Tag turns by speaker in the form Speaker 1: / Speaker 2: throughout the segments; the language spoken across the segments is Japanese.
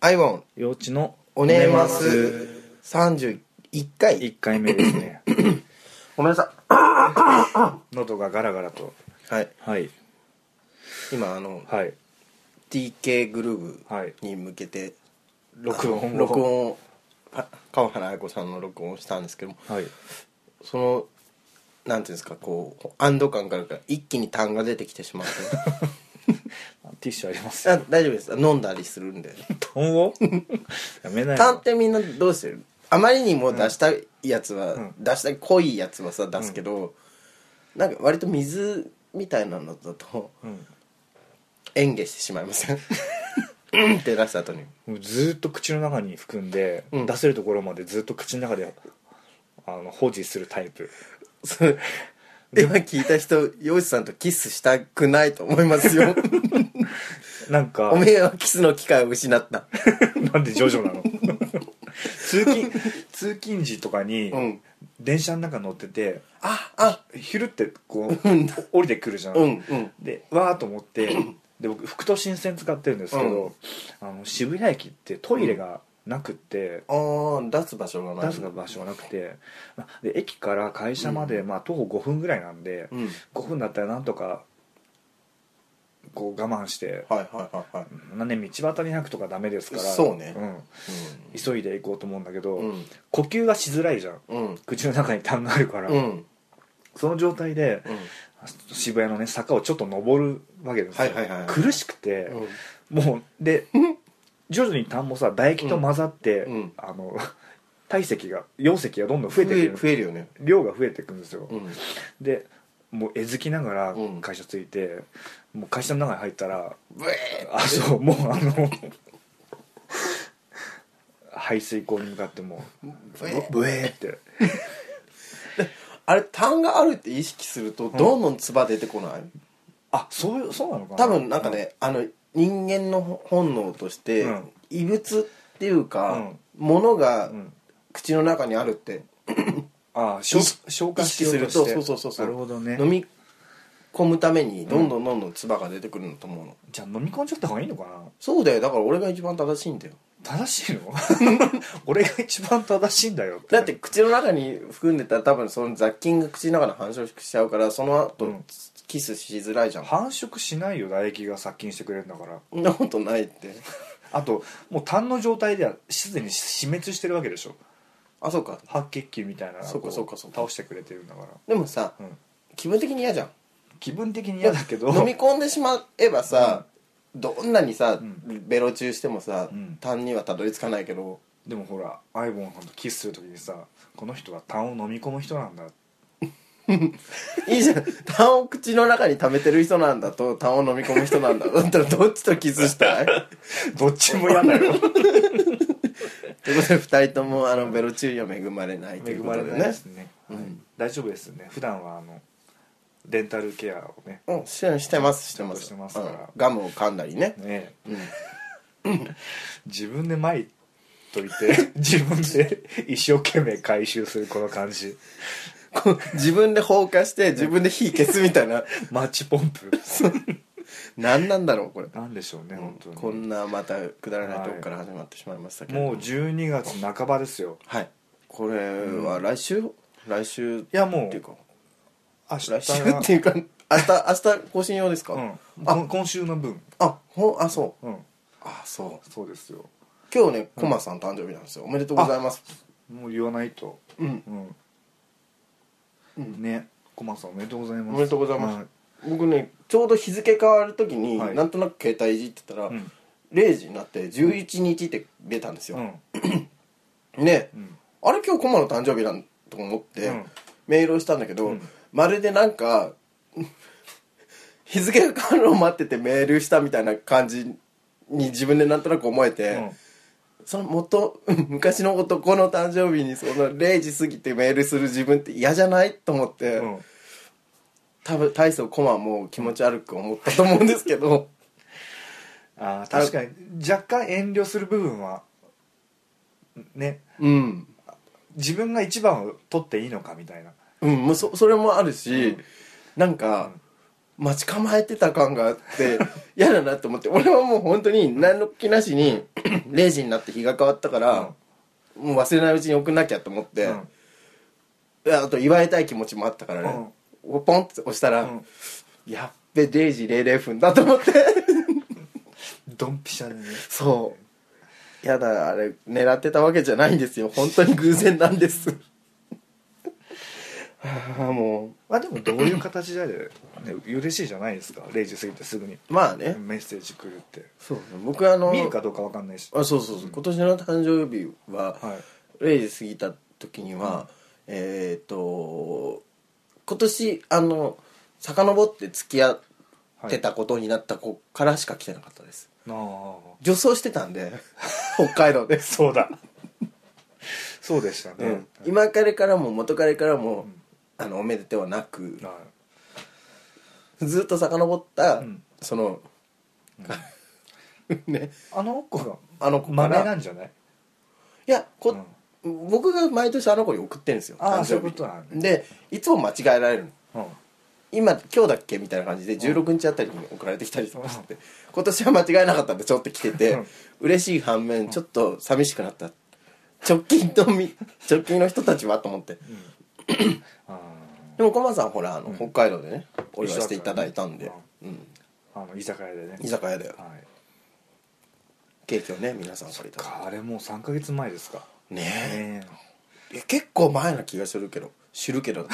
Speaker 1: アイボン
Speaker 2: 幼稚の
Speaker 1: おねます31回
Speaker 2: 1回目です ね
Speaker 1: ごめんなさ
Speaker 2: 喉がガラガラと
Speaker 1: いはい
Speaker 2: はい
Speaker 1: 今あの
Speaker 2: はい
Speaker 1: TK グル
Speaker 2: は
Speaker 1: ー
Speaker 2: い
Speaker 1: ヴに向けて
Speaker 2: 録音を
Speaker 1: 録音をあ川原綾子さんの録音をしたんですけども
Speaker 2: はい
Speaker 1: そのなんていうんですかこう安堵感からか一気に痰が出てきてしまって
Speaker 2: ティッシュあります
Speaker 1: あ大丈夫です飲んだりするんで
Speaker 2: トンをやめない
Speaker 1: 痰っ
Speaker 2: よ
Speaker 1: てみんなどうしてるあまりにも出したいやつは、
Speaker 2: ん
Speaker 1: 出したい濃いやつはさ出すけど、なんか割と水みたいなのだと
Speaker 2: うん
Speaker 1: 演下してしまいません うんって出した後に
Speaker 2: もうずーっと口の中に含んで、
Speaker 1: うん
Speaker 2: 出せるところまでずっと口の中であの保持するタイプ
Speaker 1: それ今聞いた人洋一さんとキスしたくないと思います よ
Speaker 2: なんか
Speaker 1: おめえはキスの機会を失った
Speaker 2: なんでジョジ ョなの通勤通勤時とかに、
Speaker 1: うん
Speaker 2: 電車の中乗ってて
Speaker 1: ああ
Speaker 2: ひるってこう降りてくるじゃん、
Speaker 1: うんうん
Speaker 2: でわーっと 思ってで僕副都心線使ってるんですけど、あの渋谷駅ってトイレがなくって、
Speaker 1: ああ出す場所がない
Speaker 2: 出す場所がなくてまで駅から会社まで、まあ、徒歩5分ぐらいなんで、
Speaker 1: うん
Speaker 2: 5分だったらなんとかこう我慢して、
Speaker 1: はいはいはいはい、
Speaker 2: なんね道端になくとかダメですから
Speaker 1: そうね
Speaker 2: ん急いで行こうと思うんだけど、
Speaker 1: うん
Speaker 2: 呼吸がしづらいじゃん
Speaker 1: うんうん
Speaker 2: 口の中に痰があるから、
Speaker 1: うん
Speaker 2: その状態で、
Speaker 1: うん
Speaker 2: 渋谷のね坂をちょっと登るわけですよ、
Speaker 1: はいはいはいはい
Speaker 2: 苦しくて、もう で徐々に痰もさ唾液と混ざって、
Speaker 1: うんうん
Speaker 2: あの体積が容積がどんどん増えてくる
Speaker 1: 増えるよね
Speaker 2: 量が増えていくんですよ、
Speaker 1: うん
Speaker 2: でもうえずきながら
Speaker 1: うん
Speaker 2: 会社着いて、もう会社の中に入ったら
Speaker 1: ブエ
Speaker 2: あそうもうあの排水溝に向かってもう
Speaker 1: ブエ
Speaker 2: ブエーって
Speaker 1: あれ痰があるって意識するとどんどん唾出てこない、
Speaker 2: あそういうそうなのかな
Speaker 1: 多分なんかね、あの人間の本能として、
Speaker 2: うん
Speaker 1: 異物っていうか、物が
Speaker 2: うん
Speaker 1: 口の中にあるって
Speaker 2: ああ
Speaker 1: 意識
Speaker 2: 消化しようとして
Speaker 1: そうそうそうそう
Speaker 2: なるほどね
Speaker 1: 飲み込むためにどんどんどんどん唾が出てくるんだと思うの、
Speaker 2: じゃあ飲み込んじゃった方がいいのかな
Speaker 1: そうだよだから俺が一番正しいんだよ
Speaker 2: 正しいの俺が一番正しいんだよって
Speaker 1: だって口の中に含んでたら多分その雑菌が口の中に繁殖しちゃうからその後、
Speaker 2: うん
Speaker 1: キスしづらいじゃん
Speaker 2: 繁殖しないよ唾液が殺菌してくれるんだから
Speaker 1: そんなことないって
Speaker 2: あともう痰の状態ではすでに死滅してるわけでしょ
Speaker 1: あそうか
Speaker 2: 白血球みたいなのが
Speaker 1: そうか
Speaker 2: こ
Speaker 1: そうかそうか
Speaker 2: 倒してくれてるんだから、
Speaker 1: でもさ、
Speaker 2: うん、
Speaker 1: 気分的に嫌じゃん
Speaker 2: 気分的に嫌だけど
Speaker 1: 飲み込んでしまえばさ、どんなにさ、
Speaker 2: ん
Speaker 1: ベロ中してもさ、
Speaker 2: うん
Speaker 1: 痰にはたどり着かないけど
Speaker 2: でもほらアイボンさんとキスするときにさこの人は痰を飲み込む人なんだ
Speaker 1: いいじゃん痰を口の中に溜めてる人なんだと痰を飲み込む人なんだだったらどっちとキスしたいという
Speaker 2: どっちも嫌だよ
Speaker 1: ことで二人ともあのベロ中には恵まれないと
Speaker 2: 恵
Speaker 1: いうこ
Speaker 2: ま
Speaker 1: と
Speaker 2: れ
Speaker 1: で
Speaker 2: ないで
Speaker 1: ね
Speaker 2: すね、はい大丈夫ですね普段はあのデンタルケアをね
Speaker 1: うんしてしてますしてます
Speaker 2: してますから
Speaker 1: ガムを噛んだりね
Speaker 2: ね
Speaker 1: うん
Speaker 2: 自分で前と いて自分で一生懸命回収するこの感じ
Speaker 1: こう自分で放火して自分で火消すみたいな
Speaker 2: マッチポンプ
Speaker 1: 何なんだろうこれ
Speaker 2: なんでしょうね本当に
Speaker 1: こんなまたくだらないとこから始まってしまいましたけど
Speaker 2: もう12月半ばですよ
Speaker 1: はいこれは来週、来週い
Speaker 2: いやもう
Speaker 1: っていうか
Speaker 2: 明日が
Speaker 1: 来週っていうか明日明日更新用ですか、
Speaker 2: うんこ
Speaker 1: あ
Speaker 2: ん今週の分
Speaker 1: あほんあそう
Speaker 2: うん
Speaker 1: あそう
Speaker 2: そうですよ
Speaker 1: 今日ねコマさん誕生日なんですよおめでとうございます
Speaker 2: もう言わないと
Speaker 1: うん
Speaker 2: うん、
Speaker 1: うん
Speaker 2: ねコマさんおめでとうございます
Speaker 1: おめでとうございます
Speaker 2: は
Speaker 1: 僕ねちょうど日付変わる時に、
Speaker 2: はい
Speaker 1: なんとなく携帯いじってたら、
Speaker 2: うん
Speaker 1: 0時になって11日って出たんです
Speaker 2: う
Speaker 1: よ、
Speaker 2: ん
Speaker 1: ね、
Speaker 2: うん
Speaker 1: あれ今日コマの誕生日なんと思って、
Speaker 2: うん
Speaker 1: メールをしたんだけど、
Speaker 2: うん
Speaker 1: まるでなんか 日付が変わるのを待っててメールしたみたいな感じに自分でなんとなく思えて、
Speaker 2: うん
Speaker 1: その元 昔の男の誕生日にその0時過ぎてメールする自分って嫌じゃないと思って、
Speaker 2: うん
Speaker 1: 多分大層コマはもう気持ち悪く思ったと思うんですけ ど
Speaker 2: あー確かに若干遠慮する部分はね
Speaker 1: うん、
Speaker 2: 自分が一番を取っていいのかみたいな
Speaker 1: うん、もうそそれもあるし、なんか、待ち構えてた感があって 嫌だなと思って俺はもう本当に何の気なしに0時になって日が変わったから、もう忘れないうちに送んなきゃと思って、
Speaker 2: うん
Speaker 1: いやあと祝いたい気持ちもあったからね、ポンって押したら、
Speaker 2: うん
Speaker 1: やっべ0時00分だと思って
Speaker 2: ドンピシャでね
Speaker 1: そうやだあれ狙ってたわけじゃないんですよ本当に偶然なんです はあも
Speaker 2: まあでもどういう形であれ、ね、嬉しいじゃないですか0時過ぎてすぐに
Speaker 1: うまあね
Speaker 2: メッセージ来るって
Speaker 1: そう僕あの
Speaker 2: 見るかどうかわかんないし
Speaker 1: あそうそうそう、今年の誕生日は、
Speaker 2: は
Speaker 1: 0時過ぎた時には、えっ、と今年あの遡って付き合ってたことになった子からしか来てなかったです
Speaker 2: なあ
Speaker 1: 女装してたん で北海道で、
Speaker 2: そうだ そうでしたね、
Speaker 1: うん今彼からも元彼からも、あのおめでてはなく
Speaker 2: はい
Speaker 1: ずっと遡った、
Speaker 2: うん
Speaker 1: その、 ね
Speaker 2: あの子が
Speaker 1: あの子か
Speaker 2: マ
Speaker 1: ら
Speaker 2: メなんじゃない
Speaker 1: いやこ、僕が毎年あの子に送ってるんですよ誕
Speaker 2: あー
Speaker 1: 生日
Speaker 2: そういうことなんだ
Speaker 1: でいつも間違えられるの
Speaker 2: うん
Speaker 1: 今今日だっけみたいな感じで16日あたりに送られてきたりとかして、今年は間違えなかったんでちょっと来てて、
Speaker 2: うん
Speaker 1: 嬉しい反面ちょっと寂しくなった直近とみ直近の人たちはと思って
Speaker 2: あ
Speaker 1: でもコマさんほらあの、北海道でねお祝いしていただいたん
Speaker 2: 居
Speaker 1: で
Speaker 2: 酒、
Speaker 1: うん、
Speaker 2: ーあの居酒屋でね
Speaker 1: 居酒屋だよ
Speaker 2: はい
Speaker 1: ケーキをね皆さんからいただい
Speaker 2: かあれもう3か月前ですか
Speaker 1: てね
Speaker 2: ね
Speaker 1: え
Speaker 2: え
Speaker 1: いや結構前な気がするけど知るけど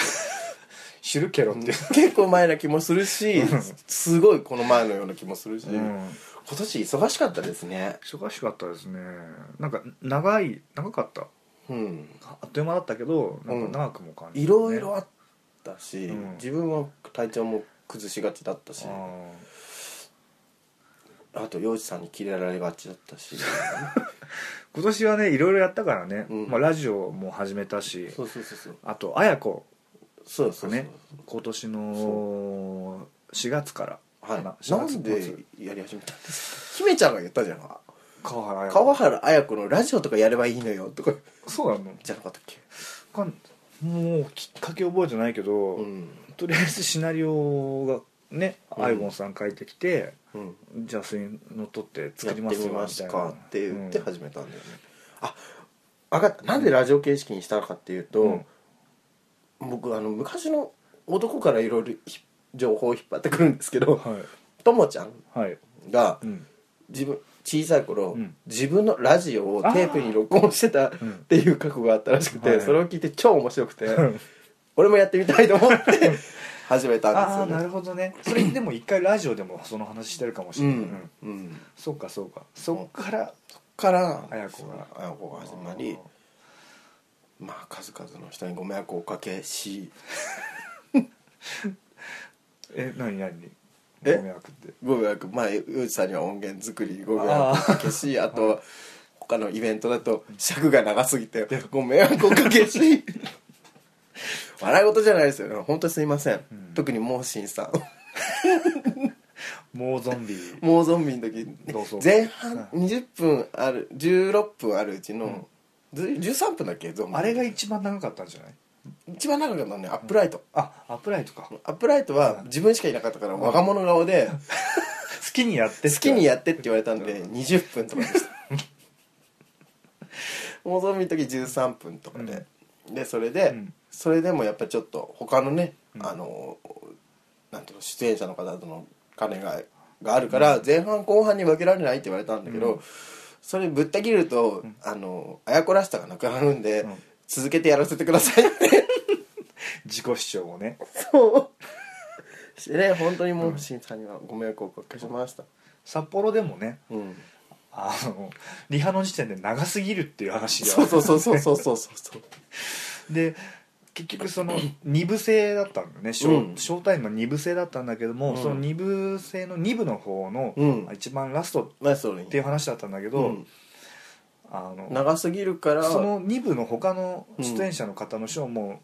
Speaker 2: 知るけどって
Speaker 1: 結構前な気もするしすごいこの前のような気もするし、
Speaker 2: うん
Speaker 1: 今年忙しかったですね
Speaker 2: 忙しかったですねなんか長い長かった
Speaker 1: うん
Speaker 2: あっという間だったけどなんか長くも感じ
Speaker 1: い
Speaker 2: たね、
Speaker 1: ろいろあったし、
Speaker 2: うん
Speaker 1: 自分は体調も崩しがちだったしあ
Speaker 2: あ
Speaker 1: と洋治さんにキレられがちだった し
Speaker 2: ー今年はねいろいろやったからね、
Speaker 1: うん
Speaker 2: まあ、ラジオも始めたし
Speaker 1: そうそうそうそう
Speaker 2: あと綾子
Speaker 1: そうそうそう、
Speaker 2: ね今年の4月から
Speaker 1: はい、
Speaker 2: な
Speaker 1: な
Speaker 2: 4
Speaker 1: ん
Speaker 2: 月末
Speaker 1: でやり始めたんですか姫ちゃんが言ったじゃん
Speaker 2: 川原綾子
Speaker 1: 川原綾子のラジオとかやればいいのよとか
Speaker 2: そうなの
Speaker 1: じゃなかったっけ
Speaker 2: かんもうきっかけ覚えてないけど、
Speaker 1: うん
Speaker 2: とりあえずシナリオがね、
Speaker 1: うん
Speaker 2: アイボンさん書いてきて
Speaker 1: うん
Speaker 2: じゃあそれにのっとって
Speaker 1: や
Speaker 2: 作
Speaker 1: って
Speaker 2: りますよ
Speaker 1: み
Speaker 2: みたいな
Speaker 1: ますかって言って始めたんだよね、あ分かったなん
Speaker 2: う
Speaker 1: でラジオ形式にしたかっていうと、
Speaker 2: うん
Speaker 1: 僕あの昔の男からいろいろひ情報を引っ張ってくるんですけど、
Speaker 2: うんは
Speaker 1: ともちゃん
Speaker 2: いはい、
Speaker 1: が
Speaker 2: うん、
Speaker 1: 自分小さい頃、
Speaker 2: うん
Speaker 1: 自分のラジオをテープに録音してたっ
Speaker 2: うん
Speaker 1: ていう過去があったらしくて、
Speaker 2: はい
Speaker 1: それを聞いて超面白くて
Speaker 2: ん
Speaker 1: 俺もやってみたいと思 って始め
Speaker 2: あ
Speaker 1: た
Speaker 2: あ
Speaker 1: んです
Speaker 2: な
Speaker 1: よね
Speaker 2: るほどねそれでも一回ラジオでもその話してるかもし
Speaker 1: う
Speaker 2: れない、うんん、
Speaker 1: うん
Speaker 2: そうかそうかそっから
Speaker 1: から
Speaker 2: 綾子が
Speaker 1: 綾子が始まりまあ数々の人にご迷惑をおかけし
Speaker 2: え何何
Speaker 1: え
Speaker 2: ご迷惑って
Speaker 1: ご迷惑まあユージさんには音源作りにご迷惑をおかけ しあとは他のイベントだと尺が長すぎてご迷惑をおかけし笑い事じゃないですよね本当にすいません、
Speaker 2: ん
Speaker 1: 特にモーシンさん
Speaker 2: もうゾンビ
Speaker 1: もうゾンビの時
Speaker 2: 同窓会
Speaker 1: 前半
Speaker 2: う
Speaker 1: 20分ある16分あるうちの、ず13分だっけゾンビ
Speaker 2: あれが一番長かったんじゃない
Speaker 1: 一番長かったのねアップライト、
Speaker 2: あアップライトか好
Speaker 1: アップライトは自分しかいなかったから我が物顔 で
Speaker 2: きにやって
Speaker 1: 好きにや
Speaker 2: って
Speaker 1: ってって言われたんで20分とかで したもうゾンビの時13分とかで、でそれで、
Speaker 2: うん
Speaker 1: それでもやっぱちょっと他のね、あのなんていうの出演者の方との金ががあるから前半後半に分けられないって言われたんだけど、それぶった切ると、あのあやこらしさがなくなるんで、
Speaker 2: ん
Speaker 1: 続けてやらせてくださいって
Speaker 2: 自己主張をね
Speaker 1: そうしてね本当にもう新さんにはご迷惑をおかけしました
Speaker 2: 札幌でもね
Speaker 1: うん
Speaker 2: あのリハの時点で長すぎるっていう話が
Speaker 1: そうそうそうそうそうそうそう
Speaker 2: で結局その2部制だったんだよねショ,、
Speaker 1: うん
Speaker 2: ショータイムの2部制だったんだけども、
Speaker 1: うん
Speaker 2: その2部制の2部の方の
Speaker 1: うん
Speaker 2: 一番ラスト
Speaker 1: 何それ
Speaker 2: っていう話だったんだけど、
Speaker 1: うん
Speaker 2: あの
Speaker 1: 長すぎるから
Speaker 2: その2部の他の出演者の方のショーも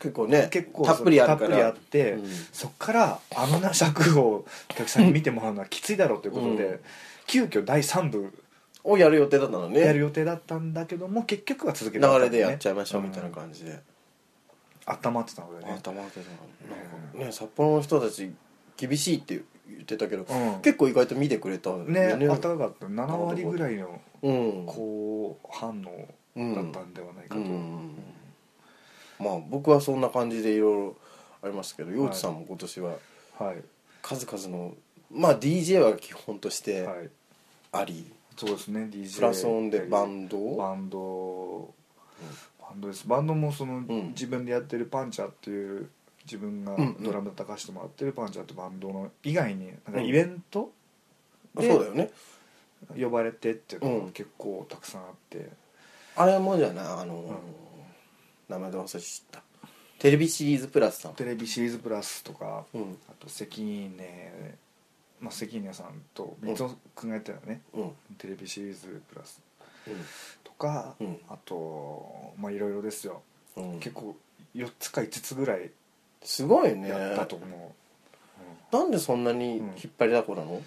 Speaker 1: 結構ね
Speaker 2: 結構
Speaker 1: たっぷりある
Speaker 2: た
Speaker 1: か
Speaker 2: っぷりあ
Speaker 1: ら
Speaker 2: って、
Speaker 1: うん
Speaker 2: そっからあのな尺をお客さんに見てもらうのはきついだろうということで、
Speaker 1: うん
Speaker 2: 急遽第3部
Speaker 1: をやる予定だったのね
Speaker 2: やる予定だったんだけども結局は続け
Speaker 1: 流
Speaker 2: て
Speaker 1: れでやっちゃいましょうみたいな感じで
Speaker 2: じ、うん、温まってたのでね
Speaker 1: 頭当てたのなんかね札幌の人たち厳しいって言ってたけど、
Speaker 2: うん
Speaker 1: 結構意外と見てくれたんだ
Speaker 2: ね
Speaker 1: よね
Speaker 2: 暖かかった7割ぐらいの
Speaker 1: うん
Speaker 2: 高反応だったんではないか
Speaker 1: う
Speaker 2: と、
Speaker 1: んまあ僕はそんな感じでいろいろありましたけど陽一さんも今年は
Speaker 2: はい
Speaker 1: 数々のまあ DJ は基本として
Speaker 2: はい
Speaker 1: あり、
Speaker 2: そうですね DJ
Speaker 1: プラスオンでバンド
Speaker 2: バンドバンドですバンドもその、
Speaker 1: ん
Speaker 2: 自分でやってるパンチャーっていう自分が
Speaker 1: うんうん
Speaker 2: ドラム叩かしてもらってるパンチャーってバンドの以外になんかイベント
Speaker 1: あそうだよね
Speaker 2: 呼ばれてっていうの
Speaker 1: う
Speaker 2: が
Speaker 1: ん
Speaker 2: 結構たくさんあって、
Speaker 1: あれもじゃないあのー、名前で忘れちゃったテレビシリーズプラスさん
Speaker 2: テレビシリーズプラスとか、
Speaker 1: うん
Speaker 2: あと関根、まあ、関根さんと三尾君がやってたよね、
Speaker 1: うん
Speaker 2: テレビシリーズプラスとか、
Speaker 1: うん
Speaker 2: あとまあいろいろですよ、
Speaker 1: うん、うん
Speaker 2: 結構4つか5つぐらい
Speaker 1: すごいね
Speaker 2: やったと思う、
Speaker 1: なんでそんなに
Speaker 2: うん
Speaker 1: 引っ張りだこなの、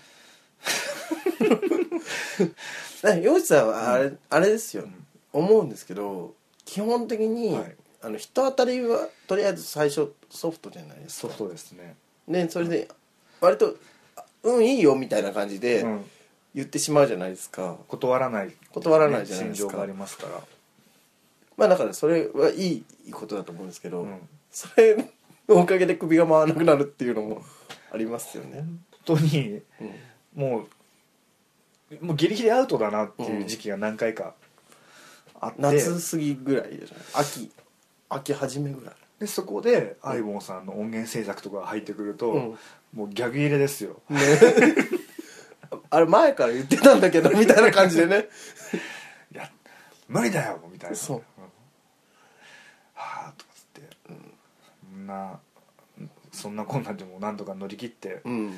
Speaker 1: ね洋一さんはあれ,、あれですよ、
Speaker 2: ん
Speaker 1: 思うんですけど基本的に、
Speaker 2: はい
Speaker 1: あの人当たりはとりあえず最初ソフトじゃないです
Speaker 2: ソ
Speaker 1: か
Speaker 2: フトですね、
Speaker 1: ねそれで割と「うんいいよ」みたいな感じで
Speaker 2: うん
Speaker 1: 言ってしまうじゃないですか、
Speaker 2: 断らない
Speaker 1: 断らないじゃないですか
Speaker 2: 心情がありますから
Speaker 1: まあだからそれはいいことだと思うんですけど、
Speaker 2: うん
Speaker 1: それのおかげで首が回らなくなるっていうのもありますよね、
Speaker 2: 本当に
Speaker 1: うん
Speaker 2: もうもうギリギリアウトだなっていう時期が何回かあって、
Speaker 1: 夏過ぎぐらいじゃない秋秋初めぐらい
Speaker 2: でそこであいぼんさんの音源制作とか入ってくると、
Speaker 1: うん
Speaker 2: もうギャグ入れですよ
Speaker 1: あれ前から言ってたんだけどみたいな感じでね
Speaker 2: 「いや無理だよ」みたいな
Speaker 1: そうん
Speaker 2: はあ」とかつって、そんなそんなこんなんでもなんとか乗り切って、
Speaker 1: うん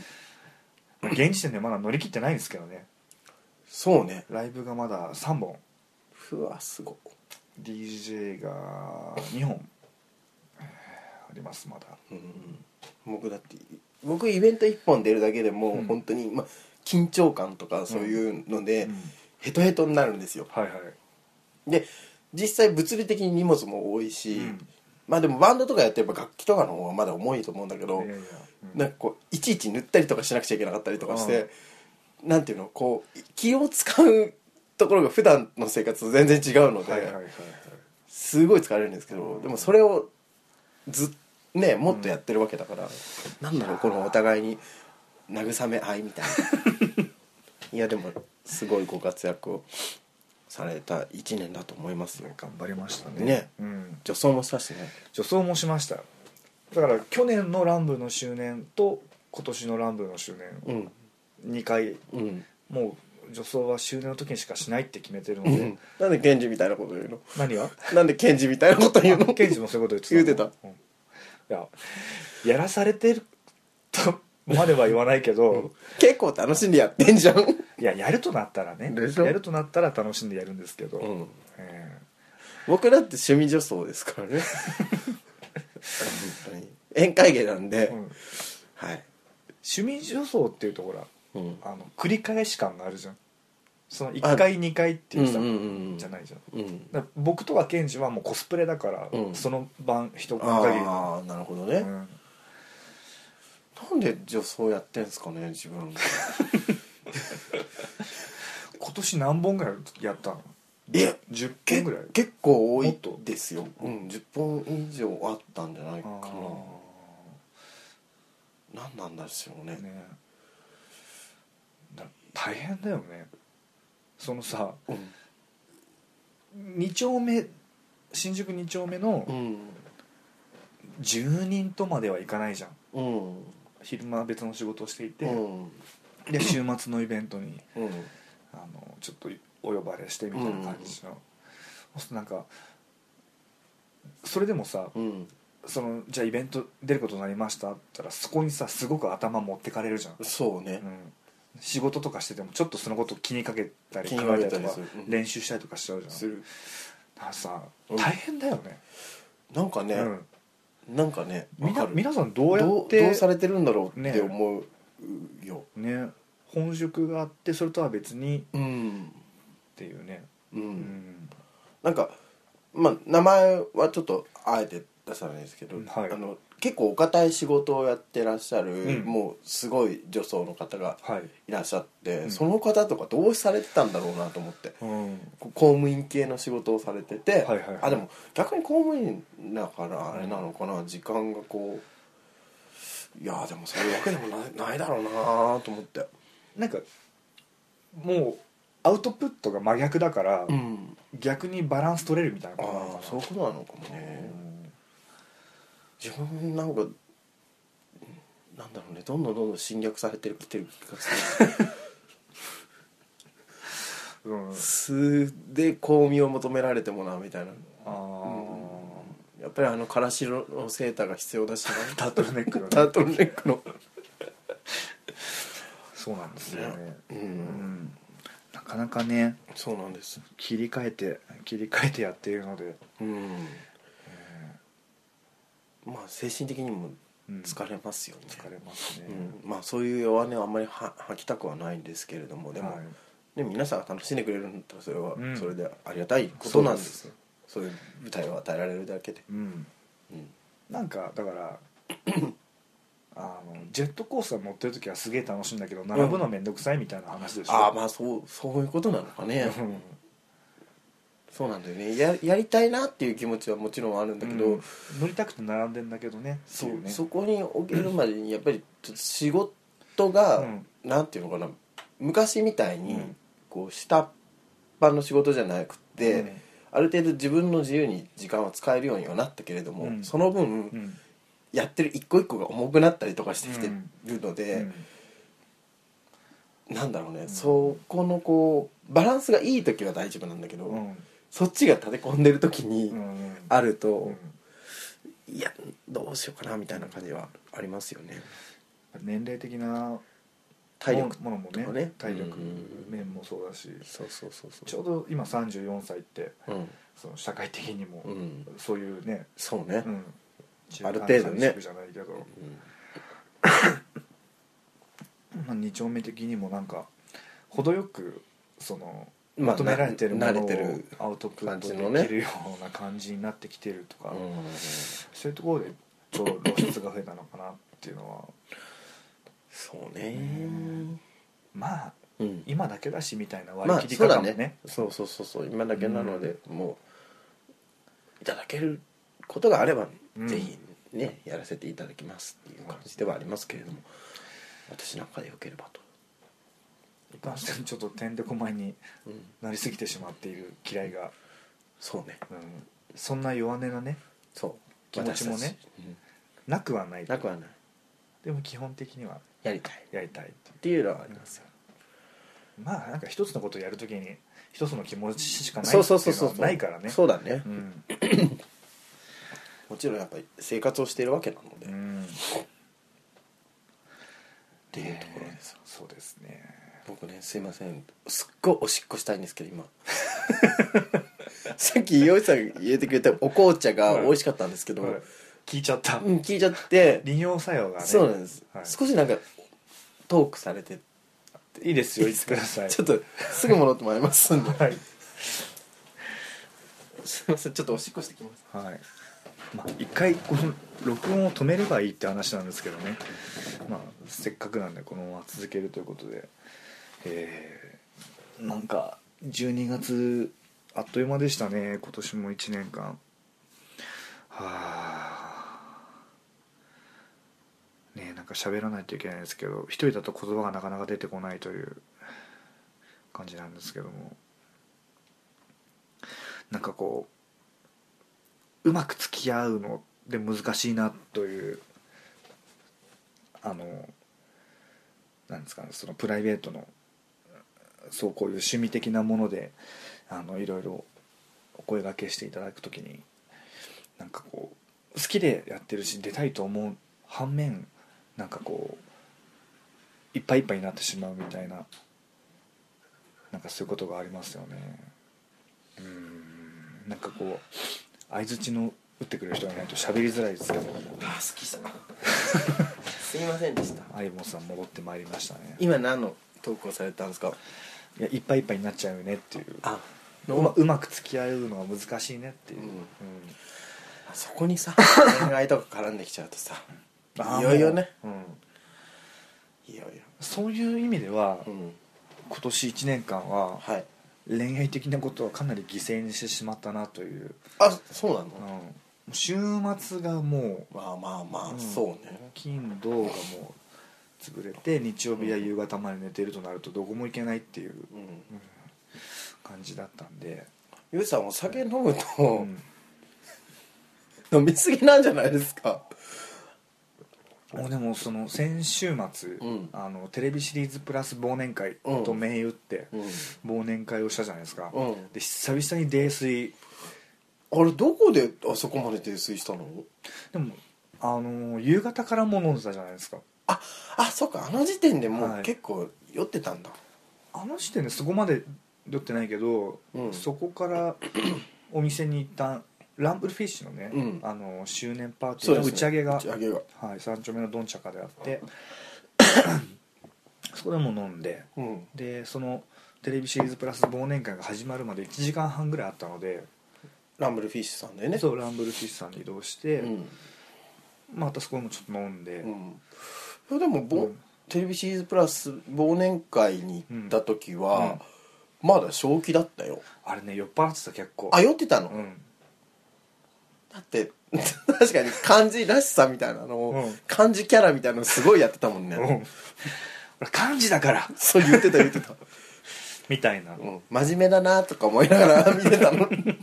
Speaker 2: まあ現時点でまだ乗り切ってないんですけどね
Speaker 1: そうね
Speaker 2: ライブがまだ3本
Speaker 1: うわすごい
Speaker 2: DJ が2本えーありますまだ
Speaker 1: 僕だって僕イベント1本出るだけでも
Speaker 2: うん
Speaker 1: 本当に、まあ緊張感とかそういうので、
Speaker 2: うん
Speaker 1: ヘトヘトになるんですよ
Speaker 2: はいはい
Speaker 1: で実際物理的に荷物も多いし、
Speaker 2: うん
Speaker 1: まあでもバンドとかやってれば楽器とかの方がまだ重いと思うんだけど、
Speaker 2: いやいやうん
Speaker 1: なんかこういちいち塗ったりとかしなくちゃいけなかったりとかして、なんていうのこう気を使うところが普段の生活と全然違うので、
Speaker 2: はいはいはいはい
Speaker 1: すごい疲れるんですけど、でもそれをずっねもっとやってるわけだから、なんだろうこのお互いに慰め合いみたいないやでもすごいご活躍をされた1年だと思いますよ
Speaker 2: 頑張りましたね
Speaker 1: ね
Speaker 2: うん
Speaker 1: 女装もしたしね
Speaker 2: 女装もしましただから去年のランブの周年と今年のランブの周年
Speaker 1: ん
Speaker 2: 2回
Speaker 1: うん、
Speaker 2: もう女装は周年の時にしかしないって決めてるの
Speaker 1: う
Speaker 2: で
Speaker 1: ん、なんでケンジみたいなこと言うの
Speaker 2: 何が
Speaker 1: なんでケンジみたいなこと言う の
Speaker 2: ケンジもそういうこと
Speaker 1: 言っ
Speaker 2: 言ってて
Speaker 1: た
Speaker 2: たうんいややらされてるとまでは言わないけど
Speaker 1: 結構楽しんでやってんじゃん
Speaker 2: いややるとなったらね
Speaker 1: でしょ
Speaker 2: やるとなったら楽しんでやるんですけど、
Speaker 1: うん
Speaker 2: え
Speaker 1: 僕だって趣味女装ですからね本当に宴会芸なんで、
Speaker 2: えうん
Speaker 1: はい、
Speaker 2: 趣味女装っていうとほら
Speaker 1: うん、
Speaker 2: あの繰り返し感があるじゃんその1回2回っていうさ、
Speaker 1: うんうんうん
Speaker 2: じゃないじゃん
Speaker 1: うん
Speaker 2: だから僕とかケンジはもうコスプレだから、
Speaker 1: うん
Speaker 2: その晩一晩限りの、
Speaker 1: ああなるほどね、
Speaker 2: うん
Speaker 1: なんで女装やってんすかね自分
Speaker 2: 今年何本ぐらいやったの
Speaker 1: いや
Speaker 2: 10
Speaker 1: け
Speaker 2: 本ぐらい
Speaker 1: 結構多
Speaker 2: も
Speaker 1: い
Speaker 2: っと
Speaker 1: ですよ、うん、10本以上あったんじゃないか
Speaker 2: あ
Speaker 1: な何なんだですよね
Speaker 2: ーねだ大変だよねそのさ
Speaker 1: うん、
Speaker 2: 2丁目新宿2丁目の10人とまではいかないじゃん
Speaker 1: うん
Speaker 2: 昼間別の仕事をしていて、
Speaker 1: うん
Speaker 2: で週末のイベントに
Speaker 1: うん
Speaker 2: あのちょっとお呼ばれしてみたいな感じの、そうするとなんかそれでもさ、
Speaker 1: うん
Speaker 2: そのじゃあイベント出ることになりましたって言ったらそこにさすごく頭持ってかれるじゃん、
Speaker 1: そうね
Speaker 2: う、ん仕事とかしててもちょっとそのこと気にかけたり
Speaker 1: 気
Speaker 2: 考
Speaker 1: にか
Speaker 2: え
Speaker 1: け
Speaker 2: た
Speaker 1: た
Speaker 2: り
Speaker 1: り
Speaker 2: とか
Speaker 1: するうん
Speaker 2: 練習したりとかしちゃうじゃん
Speaker 1: する
Speaker 2: だからさ
Speaker 1: うん
Speaker 2: 大変だよね、
Speaker 1: なんかね、
Speaker 2: うん
Speaker 1: なんかね
Speaker 2: み
Speaker 1: わ
Speaker 2: な
Speaker 1: かる
Speaker 2: 皆さんどうや
Speaker 1: ど
Speaker 2: っ
Speaker 1: う
Speaker 2: て
Speaker 1: どうされてるんだろうって
Speaker 2: ね
Speaker 1: 思うよ、
Speaker 2: ね本職があってそれとは別にっ
Speaker 1: うん
Speaker 2: ていうね
Speaker 1: うん、
Speaker 2: うん
Speaker 1: なんかまあ名前はちょっとあえて出さないですけど、
Speaker 2: はい
Speaker 1: あの結構お堅い仕事をやってらっしゃる、
Speaker 2: うん
Speaker 1: もうすごい女装の方が
Speaker 2: はい、
Speaker 1: いらっしゃって、
Speaker 2: ん
Speaker 1: その方とかどうされてたんだろうなと思って
Speaker 2: うん、
Speaker 1: こ公務員系の仕事をされてて、
Speaker 2: はいはいはい
Speaker 1: あでも逆に公務員だからあれなのかな、時間がこういやでもそういうわけでもないないだろうなと思って
Speaker 2: なんかもうアウトプットが真逆だから、
Speaker 1: うん
Speaker 2: 逆にバランス取れるみたいな
Speaker 1: あ
Speaker 2: ことな
Speaker 1: あ
Speaker 2: のか
Speaker 1: そういうことなのかも
Speaker 2: な
Speaker 1: ね、自分なんかなんだろうねどんどんどんどん侵略されてきてる気がする
Speaker 2: うん、あ
Speaker 1: 素で巧妙を求められてもなみたいな
Speaker 2: あ
Speaker 1: やっぱりあのからし色のセーターが必要だしな
Speaker 2: タートルネック
Speaker 1: ター
Speaker 2: がね
Speaker 1: トルネックの
Speaker 2: そうなんですよね、
Speaker 1: う
Speaker 2: うんん、なかなかね
Speaker 1: そうなんです
Speaker 2: 切り替えて切り替えてやっているので、
Speaker 1: うんまあ精神的にも
Speaker 2: うん
Speaker 1: 疲れますよね、
Speaker 2: 疲れますね、
Speaker 1: うん、まあそういう弱音はあんまりは吐きたくはないんですけれどもでも、
Speaker 2: はい
Speaker 1: でも皆さんが楽しんでくれるんだったらそれは
Speaker 2: うん
Speaker 1: それでありがたいことなんです,、そういう舞台を与えられるだけで、
Speaker 2: うん、
Speaker 1: うん
Speaker 2: なんかだから あのジェットコースター乗ってる時はすげえ楽しいんだけど並ぶのめんどくさいみたいな話でしょ、
Speaker 1: ああまあそうそういうことなのかね
Speaker 2: うん
Speaker 1: そうなんだよねややりたいなっていう気持ちはもちろんあるんだけど、
Speaker 2: うん乗りたくて並んでんだけどね
Speaker 1: そ
Speaker 2: っていうね
Speaker 1: そこにおけるまでにやっぱりちょっと仕事が、
Speaker 2: うん
Speaker 1: なんていうのかな昔みたいうに
Speaker 2: ん
Speaker 1: こう下っ端の仕事じゃなくて、
Speaker 2: うん
Speaker 1: ある程度自分の自由に時間は使えるようにはなったけれども、
Speaker 2: うん
Speaker 1: その分、
Speaker 2: うん
Speaker 1: やってる一個一個が重くなったりとかしてきてるの
Speaker 2: う
Speaker 1: で
Speaker 2: ん、
Speaker 1: なんだろうね、そこのこうバランスがいい時は大丈夫なんだけど、
Speaker 2: うん
Speaker 1: そっちが立て込んでる時に
Speaker 2: うん
Speaker 1: あると
Speaker 2: う、ん
Speaker 1: いやどうしようかなみたいな感じはありますよね。
Speaker 2: 年齢的な
Speaker 1: 体力
Speaker 2: ものも
Speaker 1: とか
Speaker 2: ね
Speaker 1: ね
Speaker 2: 体力
Speaker 1: うん
Speaker 2: 面もそうだし
Speaker 1: そうそうそうそう
Speaker 2: ちょうど今34歳って
Speaker 1: うん、
Speaker 2: その社会的にも
Speaker 1: うん、
Speaker 2: そういうね
Speaker 1: そうね、
Speaker 2: うん
Speaker 1: ある程度ね
Speaker 2: 中間管理職じゃないけど
Speaker 1: うん
Speaker 2: まあ、二丁目的にもなんか程よくその
Speaker 1: まあ
Speaker 2: 求められてるも
Speaker 1: な
Speaker 2: の
Speaker 1: 慣れて
Speaker 2: を
Speaker 1: る
Speaker 2: アウトプッ
Speaker 1: 感じの
Speaker 2: ト
Speaker 1: ね
Speaker 2: できるような感じになってきてるとか、
Speaker 1: うん
Speaker 2: そういうところでちょうど露出が増えたのかなっていうのは
Speaker 1: そうね
Speaker 2: まあ
Speaker 1: うん
Speaker 2: 今だけだしみたいな
Speaker 1: ま
Speaker 2: 割
Speaker 1: あ
Speaker 2: り切り
Speaker 1: そう
Speaker 2: 方
Speaker 1: だ
Speaker 2: もね,、
Speaker 1: ねそうそうそうそう今だけなので、もういただけることがあれば、
Speaker 2: うん
Speaker 1: ぜひねやらせていただきますっていう感じではありますけれども、私なんかでよければと、
Speaker 2: まあちょっとてんでこまいに
Speaker 1: うん、
Speaker 2: なりすぎてしまっている嫌いが、
Speaker 1: そうね
Speaker 2: うん、そんな弱音がね
Speaker 1: そう
Speaker 2: 気持ちもね
Speaker 1: 私たち
Speaker 2: なくはない
Speaker 1: うんなくはない
Speaker 2: でも基本的には
Speaker 1: やりたいっ
Speaker 2: やりたいっていう
Speaker 1: ていうのはありますよ
Speaker 2: まあなんか一つのことをやるときに一つの気持ちしかないってい
Speaker 1: そううそうそう
Speaker 2: の
Speaker 1: そう
Speaker 2: はないからね
Speaker 1: そうだね、
Speaker 2: うん
Speaker 1: もちろんやっぱり生活をしているわけなので、
Speaker 2: う
Speaker 1: っ
Speaker 2: ん
Speaker 1: ていうところですよ
Speaker 2: ねそうですね
Speaker 1: 僕ねすいませんすっごいおしっこしたいんですけど今さっき洋一さんが入れてくれたお紅茶が美味しかったんですけど、
Speaker 2: はい聞いちゃった
Speaker 1: うん聞いちゃって、
Speaker 2: 利尿作用がね
Speaker 1: そうなんです、
Speaker 2: はい
Speaker 1: 少しなんかトークされて
Speaker 2: いいですよ言ってください
Speaker 1: ちょっとすぐ戻ってまいりますんで
Speaker 2: はい、
Speaker 1: すいませんちょっとおしっこしてきます
Speaker 2: はいまあ、一回この録音を止めればいいって話なんですけどね、まあ、せっかくなんでこのまま続けるということでえーなんか12月あっという間でしたね今年も1年間はあねえなんか喋らないといけないんですけど一人だと言葉がなかなか出てこないという感じなんですけどもなんかこううまく付き合うので難しいなというあのなんですかねそのプライベートのそうこういう趣味的なものであのいろいろお声がけしていただくときになんかこう好きでやってるし出たいと思う反面なんかこういっぱいいっぱいになってしまうみたいななんかそういうことがありますよねうーんなんかこう相づちの打ってくれる人がいないと喋りづらいですけど
Speaker 1: あ好きした すいませんでした
Speaker 2: 相棒さん戻ってまいりましたね
Speaker 1: 今何のトークをされたんですか
Speaker 2: いやいっぱいいっぱいになっちゃうよねっていう
Speaker 1: あ
Speaker 2: うまうまく付き合うのは難しいねっていう、
Speaker 1: うん
Speaker 2: うん
Speaker 1: あそこにさ恋愛とか絡んできちゃうとさ
Speaker 2: あー
Speaker 1: いよいよね
Speaker 2: もううん、
Speaker 1: いよいよ
Speaker 2: そういう意味では、
Speaker 1: うん
Speaker 2: 今年1年間は
Speaker 1: はい
Speaker 2: 恋愛的なことはかなり犠牲にしてしまったなという、
Speaker 1: あそうなの
Speaker 2: うん、もう週末がもう
Speaker 1: まあまあまあ、
Speaker 2: うん
Speaker 1: そうね
Speaker 2: 金土がもう潰れて日曜日や夕方まで寝てるとなるとどこも行けないっていう
Speaker 1: うん
Speaker 2: 感じだったんで、
Speaker 1: ゆうさんお酒飲む
Speaker 2: う
Speaker 1: と、
Speaker 2: ん
Speaker 1: 飲みすぎなんじゃないですか
Speaker 2: 俺でもその先週末、
Speaker 1: うん
Speaker 2: あのテレビシリーズプラス忘年会
Speaker 1: うん
Speaker 2: と銘打って
Speaker 1: うん
Speaker 2: 忘年会をしたじゃないですか、
Speaker 1: うん
Speaker 2: で久々に泥酔
Speaker 1: あれどこであそこまで泥酔したの
Speaker 2: でもあのー夕方からもう飲んでたじゃないですか
Speaker 1: ああそっかあの時点でも
Speaker 2: は
Speaker 1: う
Speaker 2: い
Speaker 1: 結構酔ってたんだ、
Speaker 2: あの時点でそこまで酔ってないけど、
Speaker 1: うん
Speaker 2: そこからお店に行ったランブルフィッシュのね、
Speaker 1: うん
Speaker 2: あのー周年パーティ
Speaker 1: そう
Speaker 2: ー
Speaker 1: で
Speaker 2: の
Speaker 1: す
Speaker 2: 打
Speaker 1: ね
Speaker 2: ち上げが、
Speaker 1: 打ち上げが
Speaker 2: はい、3丁目のドンチャカであ ってそこでも飲んで
Speaker 1: うん
Speaker 2: でそのテレビシリーズプラス忘年会が始まるまで1時間半ぐらいあったので、
Speaker 1: ランブルフィッシュさんだよね
Speaker 2: そうランブルフィッシュさんに移動して、
Speaker 1: うん
Speaker 2: またそこでもちょっと飲んで、
Speaker 1: うんいやでも、ぼ
Speaker 2: うん
Speaker 1: テレビシリーズプラス忘年会に行った時は、まだ正気だったよ
Speaker 2: あれね酔っ払ってた結構
Speaker 1: あ酔ってたの、
Speaker 2: うん
Speaker 1: だって 確かに漢字らしさみたいなのを、
Speaker 2: うん
Speaker 1: 漢字キャラみたいなのすごいやってたもんね、
Speaker 2: うん俺漢字だから
Speaker 1: そう言ってた言ってた、
Speaker 2: みたいな、
Speaker 1: うん、真面目だなとか思いながら 見てたの
Speaker 2: ね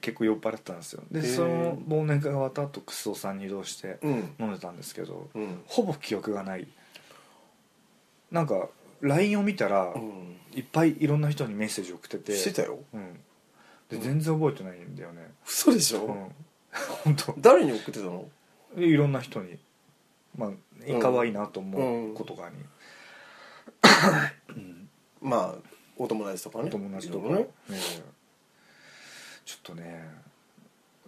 Speaker 2: 結構酔っ払ってたんですよで
Speaker 1: へー
Speaker 2: その忘年会が終わった後クソさんに移動して
Speaker 1: うん
Speaker 2: 飲んでたんですけど、
Speaker 1: うん
Speaker 2: ほぼ記憶がないなんか LINE を見たら、
Speaker 1: うん
Speaker 2: いっぱいいろんな人にメッセージ送ってて
Speaker 1: してたよ
Speaker 2: うん、で全然覚えてないんだよね
Speaker 1: 嘘でし
Speaker 2: う
Speaker 1: ょ、
Speaker 2: ん 本当
Speaker 1: 誰に送ってたの
Speaker 2: でいろんな人にま
Speaker 1: う
Speaker 2: あ
Speaker 1: ん
Speaker 2: 可愛いなと思うことがに、
Speaker 1: まあお友達とかね
Speaker 2: 友達とか、
Speaker 1: いろいろ
Speaker 2: ね
Speaker 1: ね、
Speaker 2: ちょっとね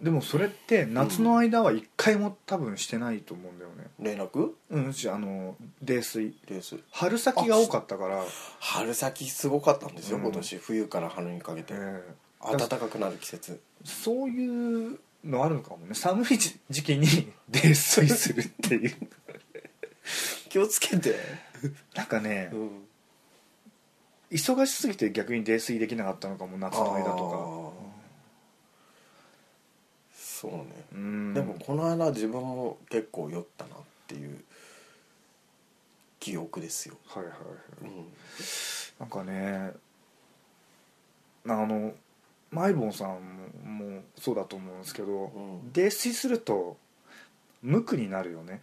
Speaker 2: でもそれって夏の間は一回も多分してないと思うんだよね
Speaker 1: 連絡
Speaker 2: うんうちあの泥酔
Speaker 1: レース
Speaker 2: 春先が多かったから、
Speaker 1: 春先すごかったんですよ、
Speaker 2: うん
Speaker 1: 今年冬から春にかけて、
Speaker 2: ええ
Speaker 1: 暖かくなる季節
Speaker 2: そういうのあるのかもね寒い時時期に 泥酔するっ ていう
Speaker 1: 気をつけて、
Speaker 2: なんかね、
Speaker 1: うん、
Speaker 2: 忙しすぎて逆に泥酔できなかったのかも夏の間と
Speaker 1: あーそうね、
Speaker 2: かうん
Speaker 1: でもこの間自分も結構酔ったなっていう記憶ですよ、
Speaker 2: はいはいはい
Speaker 1: うん、
Speaker 2: なんかねあのマイボンさんももうそうだと思うんですけど
Speaker 1: うん
Speaker 2: 泥酔すると無垢になるよね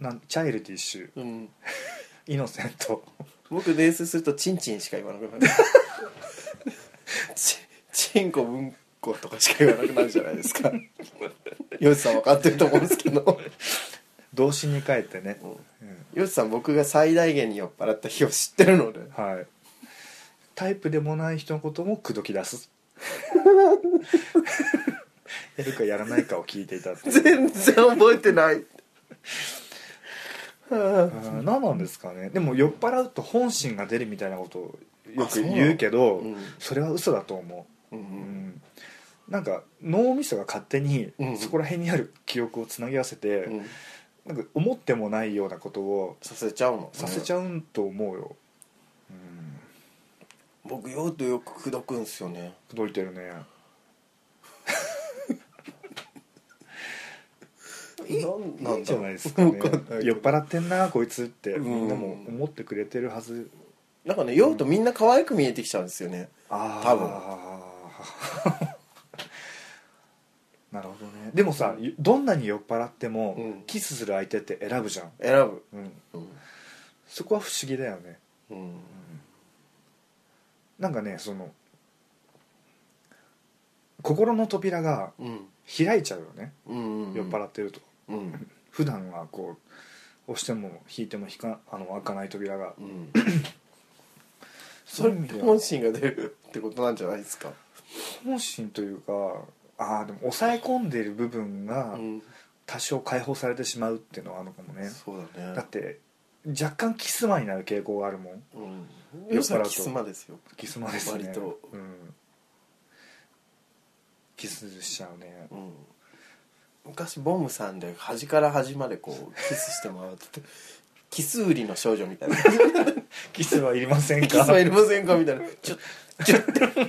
Speaker 2: なんチャイルディッシュ
Speaker 1: うん、うん、
Speaker 2: イノセント
Speaker 1: 僕泥酔するとチンチンしか言わなくなる チチンコうんことかしか言わなくなるじゃないですかヨシさん分かってると思うんですけ ど
Speaker 2: 動詞に変えてね、うん
Speaker 1: ヨシさん僕が最大限に酔っ払った日を知ってるので
Speaker 2: はいタイプでもない人のことも口説き出すやるかやらないかを聞いていただく
Speaker 1: 全然覚えて ないはあ
Speaker 2: うん何なんですかねでも酔っ払うと本心が出るみたいなことをよ
Speaker 1: あそ
Speaker 2: く
Speaker 1: うなの
Speaker 2: 言うけどそ,、
Speaker 1: うん
Speaker 2: れは嘘だと思
Speaker 1: う
Speaker 2: う、うんん、なんか脳みそが勝手に
Speaker 1: うん
Speaker 2: そこら辺にある記憶をつなぎ合わせて、
Speaker 1: うん
Speaker 2: なんか思ってもないようなことを
Speaker 1: させちゃうの
Speaker 2: させちゃうと思うよ、うん、
Speaker 1: 僕酔うとよく口説くんすよね
Speaker 2: 口説いてるね
Speaker 1: い
Speaker 2: いいんじゃないですか
Speaker 1: なん
Speaker 2: ね
Speaker 1: だわかんない
Speaker 2: 酔っ払ってんなこいつって
Speaker 1: うん
Speaker 2: みんなも思ってくれてるはず、
Speaker 1: なんかね酔うとみんな可愛く見えてきちゃうんですよね
Speaker 2: ああ
Speaker 1: 多分
Speaker 2: なるほどねでもさどんなに酔っ払っても、
Speaker 1: うん
Speaker 2: キスする相手って選ぶじゃん、
Speaker 1: 選ぶ
Speaker 2: うん、
Speaker 1: うん、
Speaker 2: そこは不思議だよね
Speaker 1: うん、
Speaker 2: なんかねその心の扉が
Speaker 1: うん
Speaker 2: 開いちゃうよね、
Speaker 1: うん
Speaker 2: 酔っ払ってると
Speaker 1: うん
Speaker 2: 普段はこう押しても引いても引かあの開かない扉が
Speaker 1: うん
Speaker 2: そ
Speaker 1: そうれ
Speaker 2: いう
Speaker 1: っ
Speaker 2: 意味
Speaker 1: て
Speaker 2: では
Speaker 1: 本心が出るってことなんじゃないですか
Speaker 2: 本心というかああでも抑え込んでいる部分が
Speaker 1: うん
Speaker 2: 多少解放されてしまうっていうのはあるのかもね、
Speaker 1: そうだね
Speaker 2: だって若干キスマになる傾向があるも
Speaker 1: う
Speaker 2: ん
Speaker 1: ん
Speaker 2: 酔っ
Speaker 1: ヨ
Speaker 2: 払うと
Speaker 1: シさんキスマですよ
Speaker 2: キスマですね
Speaker 1: 割と
Speaker 2: うんキスしちゃうね
Speaker 1: うん、昔ボムさんで端から端までこうキスしてもらうってて キス売りの少女み たいな
Speaker 2: キスはいりません
Speaker 1: キス
Speaker 2: か
Speaker 1: はいりませんかみたいなちょちょってで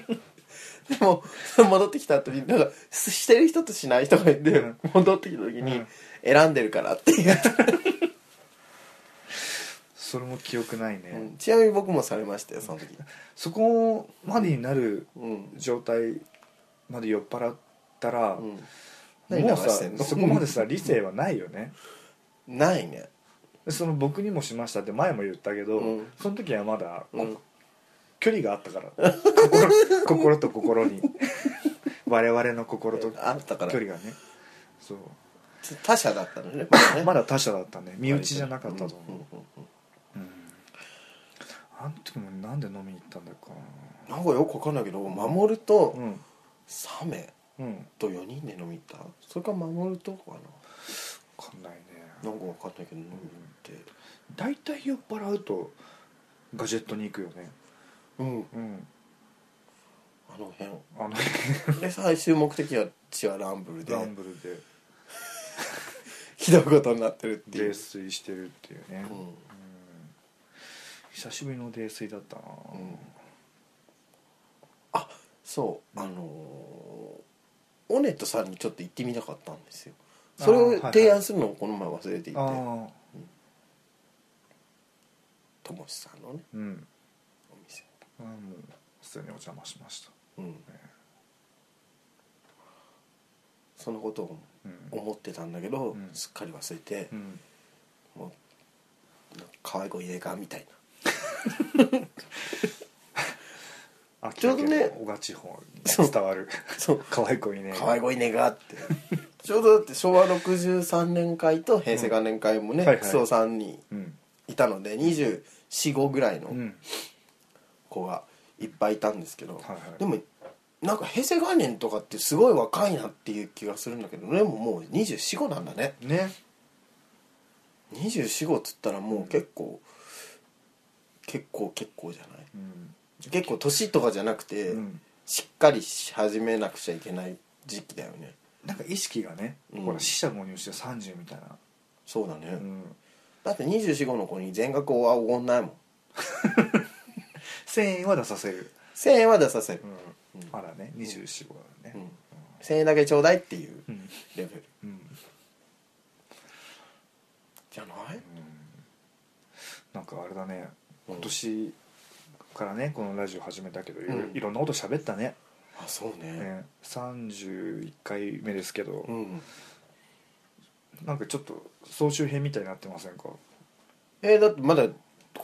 Speaker 1: も戻ってきた後になんかしてる人としない人がいて、
Speaker 2: うん
Speaker 1: 戻ってきた時
Speaker 2: う
Speaker 1: に
Speaker 2: ん
Speaker 1: 選んでるからっていう、
Speaker 2: それも記憶ないね、
Speaker 1: うんちなみに僕もされましたよその時
Speaker 2: そこまでになる
Speaker 1: うん
Speaker 2: 状態まで酔っ払ったら、
Speaker 1: うん
Speaker 2: もう
Speaker 1: 何流し
Speaker 2: さ
Speaker 1: てんの
Speaker 2: そこまでさ理性はないよね
Speaker 1: ないね
Speaker 2: でその僕にもしましたって前も言ったけど、
Speaker 1: うん
Speaker 2: その時はまだ、
Speaker 1: うん
Speaker 2: 距離があったか ら心心と心に我々の心と距
Speaker 1: あったから
Speaker 2: 離がねそう
Speaker 1: 他者だったのね
Speaker 2: ま
Speaker 1: だ
Speaker 2: だ他者だった ね身内じゃなかったと思う、
Speaker 1: うんうんうん
Speaker 2: うんあの時もなんで飲みに行ったんだっけか
Speaker 1: なんかよくわかんないけど守ると、
Speaker 2: なうん
Speaker 1: サメ
Speaker 2: うん
Speaker 1: と4人で飲み行ったそれか守るとか
Speaker 2: 分かんないね
Speaker 1: ななんか分かんないけど飲み行って
Speaker 2: 大体酔っ払うとガジェットに行くよね
Speaker 1: うん
Speaker 2: うん
Speaker 1: あの辺
Speaker 2: あの
Speaker 1: で最終目的は地はランブルで
Speaker 2: ランブルで
Speaker 1: ひどいことになってるってい
Speaker 2: 泥
Speaker 1: う、
Speaker 2: 酔してるっていうね、
Speaker 1: う
Speaker 2: うん
Speaker 1: ん、
Speaker 2: 久しぶりの泥酔だったな、
Speaker 1: うんあそうあのーオネットさんにちょっと行ってみたかったんですよそれ
Speaker 2: あーはい
Speaker 1: を
Speaker 2: はい
Speaker 1: 提案するのをこの前忘れていて
Speaker 2: ああ
Speaker 1: ともしさんのね
Speaker 2: うん
Speaker 1: お店
Speaker 2: あーもう普通にお邪魔しました、
Speaker 1: うん
Speaker 2: ね
Speaker 1: そのことを
Speaker 2: うん
Speaker 1: 思ってたんだけど、
Speaker 2: うん
Speaker 1: すっかり忘れて
Speaker 2: う、ん、
Speaker 1: もうなんか可愛い子いねえかみたいな
Speaker 2: あ
Speaker 1: ちょうどね
Speaker 2: 秋田県の男鹿地方に伝わる
Speaker 1: そう
Speaker 2: 可愛い子いね
Speaker 1: 可愛い子いねえか ってちょうどだって昭和63年会と平成元年会もね、
Speaker 2: うんはいはい
Speaker 1: クソさんに
Speaker 2: うん
Speaker 1: いたので245ぐらいうの
Speaker 2: ん
Speaker 1: 子がいっぱいいたんですけど、
Speaker 2: はいはい
Speaker 1: でもなんか平成元年とかってすごい若いなっていう気がするんだけどでももう245なんだね
Speaker 2: ね
Speaker 1: 245っつったらもう結構、結構結構じゃない
Speaker 2: うん
Speaker 1: 結構年とかじゃなくて、
Speaker 2: うん
Speaker 1: しっかりし始めなくちゃいけない時期だよね
Speaker 2: なんか意識がね、
Speaker 1: うん
Speaker 2: ほら死者購入して30みたいな、
Speaker 1: そうだね、
Speaker 2: うん、
Speaker 1: だって245の子に全額はおごんないもん
Speaker 2: 1000円は出させる、
Speaker 1: 1000円は出させる
Speaker 2: う、ん
Speaker 1: うん
Speaker 2: まだね24号だ
Speaker 1: うん
Speaker 2: ね
Speaker 1: 1000円だけちょうだいっていう
Speaker 2: うん
Speaker 1: レベル
Speaker 2: うん
Speaker 1: じゃない
Speaker 2: なんかあれだね
Speaker 1: うん
Speaker 2: 今年からねこのラジオ始めたけどいろ,、
Speaker 1: うん
Speaker 2: いろんなこと喋ったね
Speaker 1: あそうね
Speaker 2: ね31回目ですけど、
Speaker 1: うん
Speaker 2: なんかちょっと総集編みたいになってませんか
Speaker 1: えーだってまだ今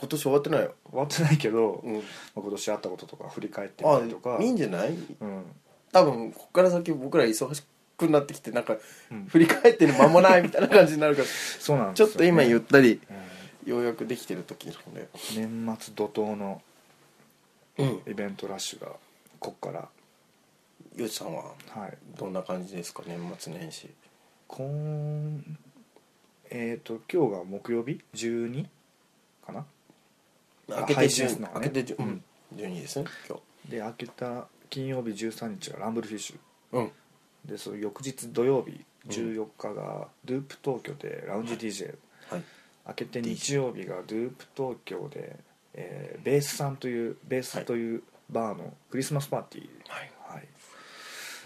Speaker 1: 年終わってないよ、
Speaker 2: 終わってないけど、まあ
Speaker 1: うん、
Speaker 2: 今年あったこととか振り返ってみたりとか
Speaker 1: あいいんじゃない
Speaker 2: うん
Speaker 1: 多分こっから先僕ら忙しくなってきてなんか
Speaker 2: うん
Speaker 1: 振り返ってる間もないみたいな感じになるから
Speaker 2: そうなんです
Speaker 1: ちょっと今ゆ
Speaker 2: う、
Speaker 1: ったり
Speaker 2: う
Speaker 1: ようやくできてる時なので
Speaker 2: ん年末怒涛の
Speaker 1: うん
Speaker 2: イベントラッシュがこっから
Speaker 1: ゆうちさんは
Speaker 2: はい
Speaker 1: どんな感じですか年末年始
Speaker 2: こんえっ、と今日が木曜日12かなあ
Speaker 1: 明けて
Speaker 2: 配信です
Speaker 1: 10、
Speaker 2: のね
Speaker 1: 明けて10、う
Speaker 2: うんん、
Speaker 1: 12ですね今
Speaker 2: で明けた金曜日13日がランブルフィッシュ
Speaker 1: 日うん
Speaker 2: でその翌日土曜日
Speaker 1: うん
Speaker 2: 14日がループ東京でラウンジ DJ、
Speaker 1: はい
Speaker 2: 明けて日曜日がループ東京で、えーベースさんというベースというバーのクリスマスパーティー
Speaker 1: はい
Speaker 2: はい、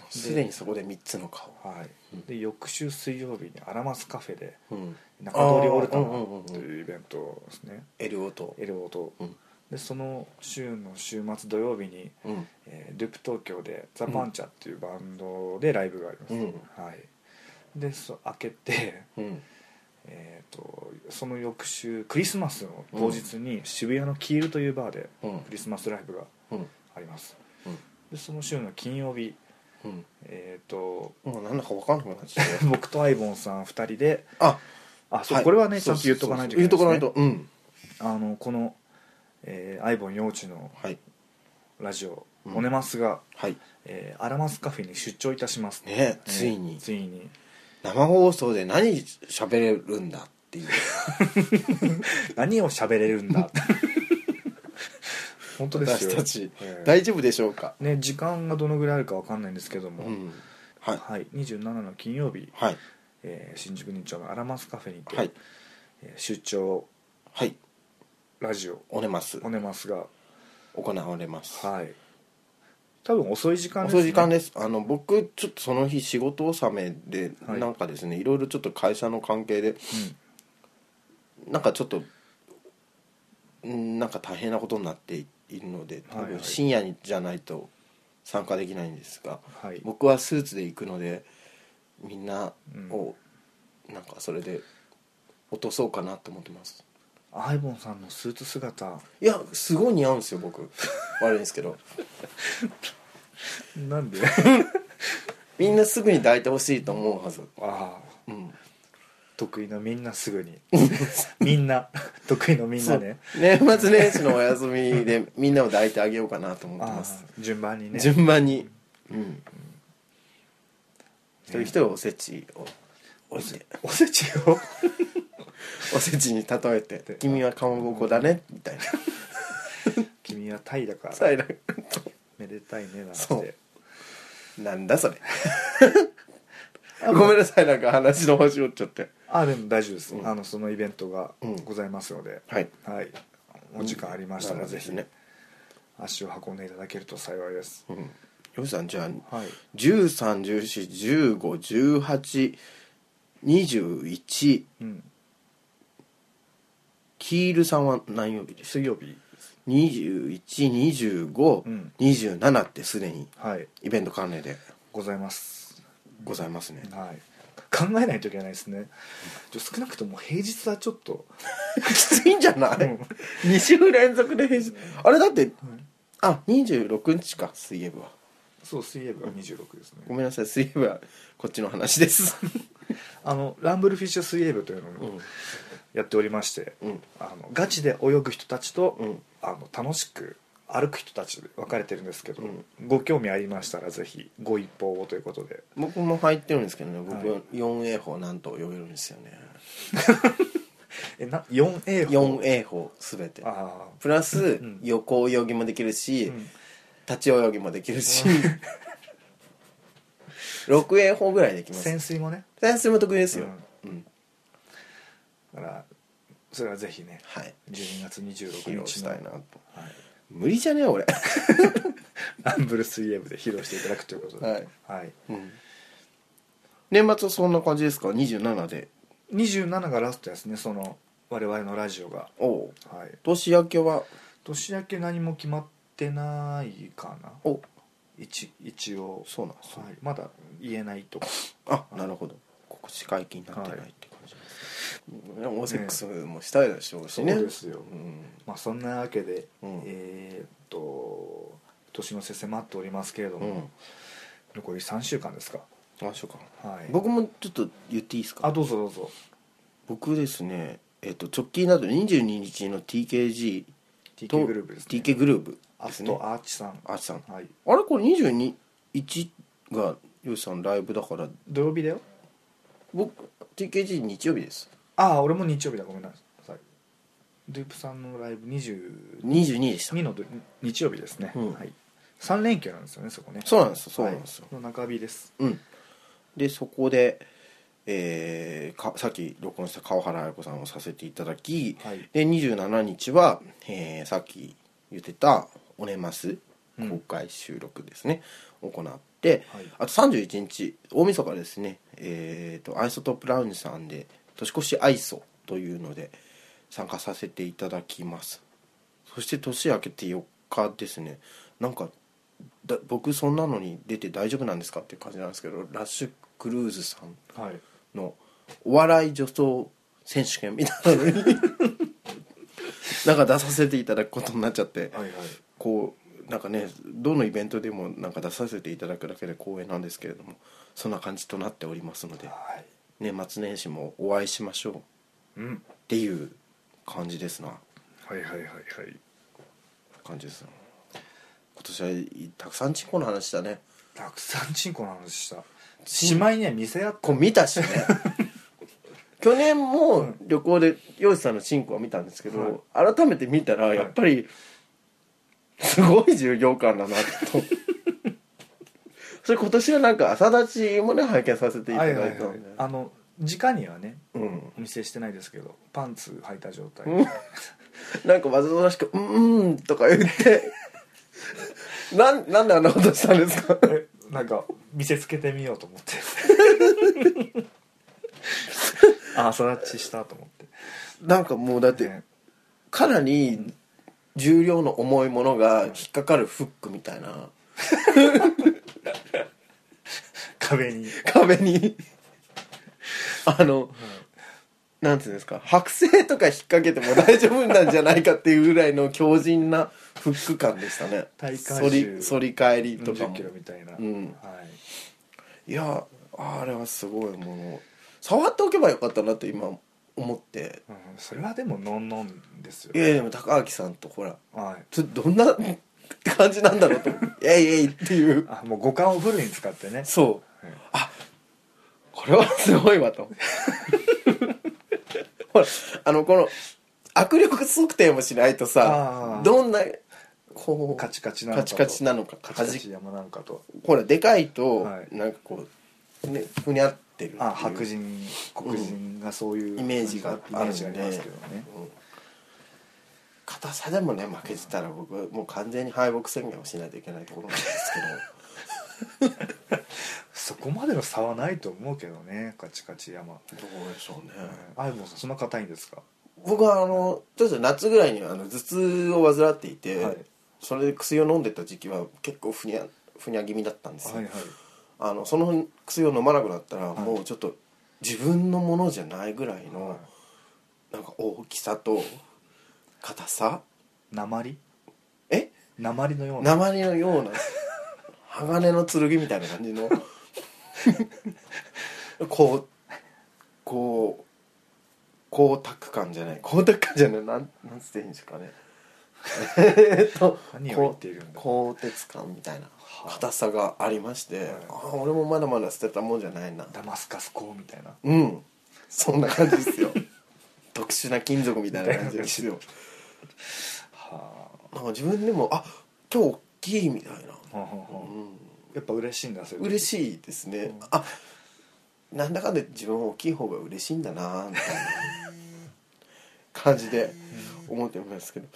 Speaker 1: すでにそこで3つの顔
Speaker 2: はい
Speaker 1: うん
Speaker 2: で翌週水曜日にアラマスカフェで
Speaker 1: うん
Speaker 2: 中通りオルタナ
Speaker 1: あーうんうんうん
Speaker 2: というイベントですね
Speaker 1: LO と
Speaker 2: LO と
Speaker 1: うん
Speaker 2: でその週の週末土曜日に、
Speaker 1: うん
Speaker 2: えーループ東京でザ・パンチャっていうバンドでライブがあります、
Speaker 1: うん
Speaker 2: はい、でそ開けて、
Speaker 1: うん
Speaker 2: えー、とその翌週クリスマスの当日に渋谷のキールというバーで
Speaker 1: うん
Speaker 2: クリスマスライブが
Speaker 1: うん
Speaker 2: あります
Speaker 1: うん
Speaker 2: でその週の金曜日
Speaker 1: うん
Speaker 2: えっ、と
Speaker 1: もうなんだか分かんなくなっちゃった
Speaker 2: 僕とアイボンさん2人で
Speaker 1: あ
Speaker 2: あそう、
Speaker 1: はい
Speaker 2: これはねち
Speaker 1: そ
Speaker 2: ゃ
Speaker 1: うん
Speaker 2: と言っとかないといけ
Speaker 1: 言
Speaker 2: な
Speaker 1: っ
Speaker 2: いで
Speaker 1: と
Speaker 2: す、
Speaker 1: か
Speaker 2: ね、
Speaker 1: ないとうん
Speaker 2: あのこの、えーアイボン幼稚の
Speaker 1: はい
Speaker 2: ラジオ「
Speaker 1: うん
Speaker 2: オネマス」が、
Speaker 1: はい
Speaker 2: えーアラマスカフェに出張いたします
Speaker 1: ねついに
Speaker 2: ついに
Speaker 1: 生放送で何喋れるんだっていう
Speaker 2: 何を喋れるん だ本当ですよ
Speaker 1: 私たち
Speaker 2: えー
Speaker 1: 大丈夫でしょうか
Speaker 2: ね時間がどのぐらいあるかわかんないんですけども、
Speaker 1: うんはい
Speaker 2: はい、27の金曜日、
Speaker 1: はい
Speaker 2: えー新宿2丁のアラマスカフェにて、
Speaker 1: はい
Speaker 2: えー出張
Speaker 1: はい
Speaker 2: ラジオ
Speaker 1: おねます
Speaker 2: おねますが
Speaker 1: 行われます、
Speaker 2: はい多分遅い時間
Speaker 1: 遅い時間
Speaker 2: ね
Speaker 1: ですあの僕ちょっとその日仕事納めで、
Speaker 2: はい
Speaker 1: なんかですねいろいろちょっと会社の関係でなんかちょっとうんなんか大変なことになっているので多
Speaker 2: はいは
Speaker 1: 分
Speaker 2: い
Speaker 1: 深夜にじゃないと参加できないんですが、
Speaker 2: うんはい
Speaker 1: 僕はスーツで行くのでみんなをなんかそれで落とそうかなと思ってます
Speaker 2: アイボンさんのスーツ姿
Speaker 1: いやすごい似合うんですよ僕悪いんですけど
Speaker 2: な んで
Speaker 1: みんなすぐに抱いてほしいと思うはず
Speaker 2: ああ
Speaker 1: うん
Speaker 2: 得意のみんなす ぐにみんな得意のみんなね
Speaker 1: そう年末年始のお休みでみんなを抱いてあげようかなと思って
Speaker 2: あ
Speaker 1: ます、
Speaker 2: あ順番にね
Speaker 1: 順番にうん一人一人おせちを置いて
Speaker 2: おせちを
Speaker 1: おせちに例えて 「君はかまぼこだね」みたいな
Speaker 2: 君はタイだから
Speaker 1: さえな
Speaker 2: めでたいねなん
Speaker 1: そ
Speaker 2: て
Speaker 1: うなんだそれごめんなさいなんか話の端折っちゃって
Speaker 2: あでも大丈夫です、
Speaker 1: うん
Speaker 2: あのそのイベントが
Speaker 1: うん
Speaker 2: ございますので、
Speaker 1: はい
Speaker 2: はいお時間ありました
Speaker 1: な
Speaker 2: ら
Speaker 1: ので
Speaker 2: ぜひ
Speaker 1: ね
Speaker 2: 足を運んでいただけると幸いです、
Speaker 1: うんよしさんじゃあ
Speaker 2: はい
Speaker 1: 1314151821
Speaker 2: うん、
Speaker 1: キールさんは何曜日でした
Speaker 2: 水曜日うん
Speaker 1: 212527ってすでに
Speaker 2: はい
Speaker 1: イベント関連で
Speaker 2: ございます
Speaker 1: ございますね
Speaker 2: はい考えないといけないですねちょ少なくとも平日はちょっと
Speaker 1: きついんじゃない、2週連続で平日あれだって、あ二26日か水泳部は
Speaker 2: そう水曜日は26ですね、
Speaker 1: ごめんなさい水泳部はこっちの話です、
Speaker 2: あのランブルフィッシュ水泳部というのをやっておりまして、
Speaker 1: うん
Speaker 2: あのガチで泳ぐ人たちと、
Speaker 1: うん
Speaker 2: あの楽しく歩く人たちで分かれてるんですけど、
Speaker 1: うん
Speaker 2: ご興味ありましたらぜひご一報をということで
Speaker 1: 僕も入ってるんですけどね僕
Speaker 2: は
Speaker 1: は 4A 法なんと呼べるんですよね、
Speaker 2: えな 4A 法
Speaker 1: 4A 法全て
Speaker 2: あ
Speaker 1: プラス
Speaker 2: ん
Speaker 1: 横泳ぎもできるし、
Speaker 2: ー、うん、
Speaker 1: 立ち泳ぎもできるし 6A 法ぐらいできます
Speaker 2: 潜水もね
Speaker 1: 潜水も得意ですよ、うん
Speaker 2: だからそれはぜひね
Speaker 1: はい
Speaker 2: 12月
Speaker 1: 披
Speaker 2: 26
Speaker 1: 露
Speaker 2: 日
Speaker 1: した
Speaker 2: の、はい
Speaker 1: いなと無理じゃねえ俺、
Speaker 2: ランブル水泳部で披露していただくということで、
Speaker 1: はいうん年末はそんな感じですか27で
Speaker 2: 27がラストですねその我々のラジオが、
Speaker 1: おう
Speaker 2: はい、
Speaker 1: 年明けは
Speaker 2: 年明け何も決まってないかな
Speaker 1: お
Speaker 2: 一一応
Speaker 1: そうなんですね
Speaker 2: はい、まだ言えないとか
Speaker 1: あなるほど告知解禁になってないって感じです、ね、もうセックスもしたいでしょうしね
Speaker 2: すよ
Speaker 1: うん
Speaker 2: まあそんなわけで、
Speaker 1: うん
Speaker 2: えーっと年の瀬迫っておりますけれど
Speaker 1: う
Speaker 2: も、
Speaker 1: ん
Speaker 2: 残り3週間ですか
Speaker 1: あそうか
Speaker 2: はい
Speaker 1: 僕もちょっと言っていいです
Speaker 2: あ
Speaker 1: か
Speaker 2: どうぞどうぞ
Speaker 1: 僕ですねえっ、と直近だと22日の TKG と
Speaker 2: TK グループですね
Speaker 1: TK グループ
Speaker 2: あ
Speaker 1: ですね
Speaker 2: とアーチさん
Speaker 1: あっさん
Speaker 2: はい
Speaker 1: あれこれ22日がよしさんライブだから
Speaker 2: 土曜日だよ
Speaker 1: 僕 TKG 日曜日です
Speaker 2: ああ俺も日曜日だごめんなさいドゥープさんのライブ22
Speaker 1: 22でした
Speaker 2: の土日曜日ですね、
Speaker 1: うん
Speaker 2: はい、3連休なんですよねそこね
Speaker 1: そうなんですそうなんですよ
Speaker 2: はい、の中日です
Speaker 1: うん、でそこで、えーかさっき録音した川原綾子さんをさせていただき、
Speaker 2: はい
Speaker 1: で27日は、えーさっき言ってた「オネマス」公開収録ですね、行って、
Speaker 2: はい
Speaker 1: あと31日大晦日ですねえーとアイソトップラウンジさんで「年越しアイソ」というので参加させていただきますそして年明けて4日ですねなんかだ僕そんなのに出て大丈夫なんですかっていう感じなんですけどラッシュクルーズさん
Speaker 2: はい
Speaker 1: のお笑い女装選手権みたいなのに なんか出させていただくことになっちゃって
Speaker 2: はいはい
Speaker 1: こうなんかねどのイベントでもなんか出させていただくだけで光栄なんですけれどもそんな感じとなっておりますので
Speaker 2: はい
Speaker 1: 年末年始もお会いしましょうっ
Speaker 2: うん
Speaker 1: ていう感じですな
Speaker 2: はいはいはいはい
Speaker 1: 感じですな今年はいたくさんチンコの話だね
Speaker 2: たくさんチンコの話したしまいには見せ合っ
Speaker 1: こう見た しね去年も旅行で漁師さんのチンコは見たんですけど、改めて見たらやっぱ りすごい重量感だなと不それ今年はなんか朝立ちもね拝見させていただ
Speaker 2: はいい
Speaker 1: た
Speaker 2: は
Speaker 1: ん
Speaker 2: い
Speaker 1: で、
Speaker 2: はいあの直にはね
Speaker 1: うん、
Speaker 2: お見せしてないですけどパンツ履いた状態
Speaker 1: うんなんかわざとらしく「うんうん」とか言 ってなんなんであんなことしたんですか
Speaker 2: えなんか見せつけてみようと思って あ朝ラッチしたと思って
Speaker 1: なんかもうだって
Speaker 2: ね
Speaker 1: かなり重量の重いものが引っかかるフックみたいな
Speaker 2: 壁に、
Speaker 1: 壁にあのなんていうんですか剥製とか引っ掛けても大丈夫なんじゃないかっていうぐらいの強靭なフック感でしたね
Speaker 2: 体幹
Speaker 1: 反り
Speaker 2: 重
Speaker 1: 反り返りと
Speaker 2: 4
Speaker 1: か
Speaker 2: 0
Speaker 1: も
Speaker 2: キロみたいな、
Speaker 1: うん
Speaker 2: はい
Speaker 1: いやあれはすごいもの触っておけばよかったなって今思って
Speaker 2: うん、それはでものんのんですよ
Speaker 1: いやいやでも高明さんとほら
Speaker 2: はい
Speaker 1: ちょどんな 感じなんだろうと「えいえい」っていう
Speaker 2: あもう五感をフルに使ってね
Speaker 1: そう
Speaker 2: はい
Speaker 1: あこれはすごいわと ほらあのこの握力測定もしないと
Speaker 2: あ
Speaker 1: さ
Speaker 2: ー
Speaker 1: どんなこう
Speaker 2: カチカチなの
Speaker 1: カチ
Speaker 2: かと
Speaker 1: カチなのか
Speaker 2: カチカ
Speaker 1: 端
Speaker 2: チ山なのかと
Speaker 1: ほらでかいと、
Speaker 2: はい
Speaker 1: なんかこうねふにゃってるっていう
Speaker 2: あ白人黒人がそういう、
Speaker 1: イメージが
Speaker 2: イメージがありますけどね
Speaker 1: うん硬さでもね負けてたら僕はもう完全に敗北宣言をしないといけないところなんですけど
Speaker 2: そこまでの差はないと思うけどねカチカチ山
Speaker 1: どうでしょうね
Speaker 2: あいもうそんな硬いんですか
Speaker 1: 僕はあのちょっと夏ぐらいにあの頭痛を患っていて、
Speaker 2: はい
Speaker 1: それで薬を飲んでた時期は結構ふにゃふにゃ気味だったんですよ、
Speaker 2: はいはい
Speaker 1: あのその薬を飲まなくなったら、
Speaker 2: はい
Speaker 1: もうちょっと自分のものじゃないぐらいの、
Speaker 2: はい
Speaker 1: なんか大きさと硬さ
Speaker 2: 鉛
Speaker 1: え
Speaker 2: 鉛のような
Speaker 1: 鉛のような鋼の剣みたいな感じ のこうこう光沢感じゃない光沢感じゃないなんなんつっていいんですか ねえっと
Speaker 2: 何を言
Speaker 1: こ
Speaker 2: って
Speaker 1: う
Speaker 2: いるんだ
Speaker 1: 鋼鉄感みたいな
Speaker 2: はあ
Speaker 1: 硬さがありまして、
Speaker 2: い
Speaker 1: ああ俺もまだまだ捨てたもんじゃないな
Speaker 2: ダマスカス鋼みたいな
Speaker 1: うんそんな感じ ですよ特殊な金属みたいな感じですよ
Speaker 2: は
Speaker 1: なんか自分でもあ今日大きいみたいな、
Speaker 2: あはあはあ
Speaker 1: うん
Speaker 2: やっぱ嬉しいんだそれ
Speaker 1: 嬉
Speaker 2: しい
Speaker 1: しいですね、
Speaker 2: うん
Speaker 1: あなんだかんだ自分は大きい方が嬉しいんだなみたいな感じで思ってますけど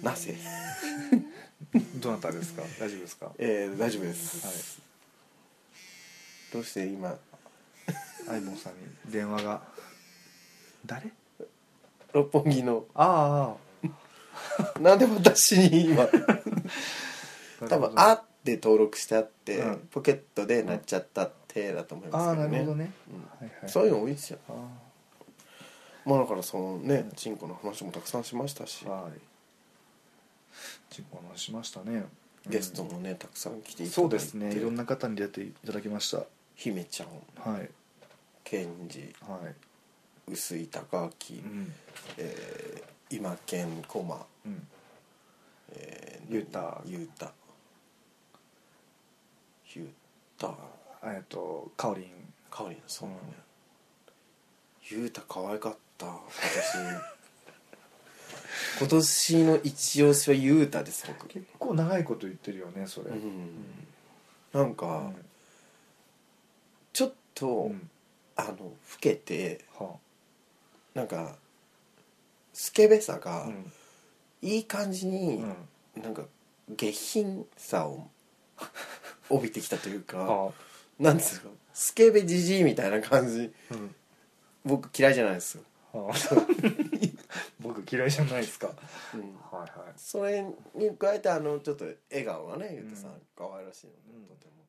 Speaker 1: なぜ、
Speaker 2: どなたですか大丈夫ですか
Speaker 1: えー、大丈夫です、どうして今
Speaker 2: あいもんさんに電話が誰
Speaker 1: 六本木の
Speaker 2: あ
Speaker 1: なんで私に 今
Speaker 2: あああ
Speaker 1: 多分「あ」
Speaker 2: あ
Speaker 1: って登録してあって、
Speaker 2: うん
Speaker 1: ポケットでなっちゃったってだと思いま
Speaker 2: あ
Speaker 1: す
Speaker 2: あ
Speaker 1: けど
Speaker 2: なる
Speaker 1: ね
Speaker 2: ほどね
Speaker 1: うん
Speaker 2: はいはい
Speaker 1: そういうの多いですよ
Speaker 2: あ
Speaker 1: まあだからそのねチンコの話もたくさんしましたし
Speaker 2: あはい人工の話しましたねうん
Speaker 1: ゲストもねたくさん来ていただいて
Speaker 2: そうですねいろんな方に出ていただきました
Speaker 1: 姫ちゃん
Speaker 2: はい
Speaker 1: ケンジ
Speaker 2: はい
Speaker 1: 臼井隆
Speaker 2: う
Speaker 1: 明、
Speaker 2: ん
Speaker 1: えー、今健駒、
Speaker 2: うん
Speaker 1: え
Speaker 2: ゆうた
Speaker 1: ゆうたゆうた
Speaker 2: えっとかおりん
Speaker 1: かおりんそうなのね、
Speaker 2: うん
Speaker 1: ゆうた可愛かった今 年今年の一押しはゆうたです僕
Speaker 2: 結構長いこと言ってるよねそれ
Speaker 1: う
Speaker 2: うん
Speaker 1: んなんか、ちょっと、
Speaker 2: うん
Speaker 1: あの老けて
Speaker 2: は
Speaker 1: なんかスケベさ
Speaker 2: あ
Speaker 1: が
Speaker 2: うん
Speaker 1: いい感じに、
Speaker 2: うん
Speaker 1: なんか下品さを帯びてきたというか
Speaker 2: は
Speaker 1: なんですかスケベじじいみたいな感じ
Speaker 2: あうん
Speaker 1: 僕嫌いじゃないですよ、
Speaker 2: はあ 僕嫌いじゃないですかは
Speaker 1: うん
Speaker 2: いはい
Speaker 1: それに加えてあのちょっと笑顔がねゆうたさん、
Speaker 2: うん
Speaker 1: 可愛らしいので、
Speaker 2: うん
Speaker 1: とても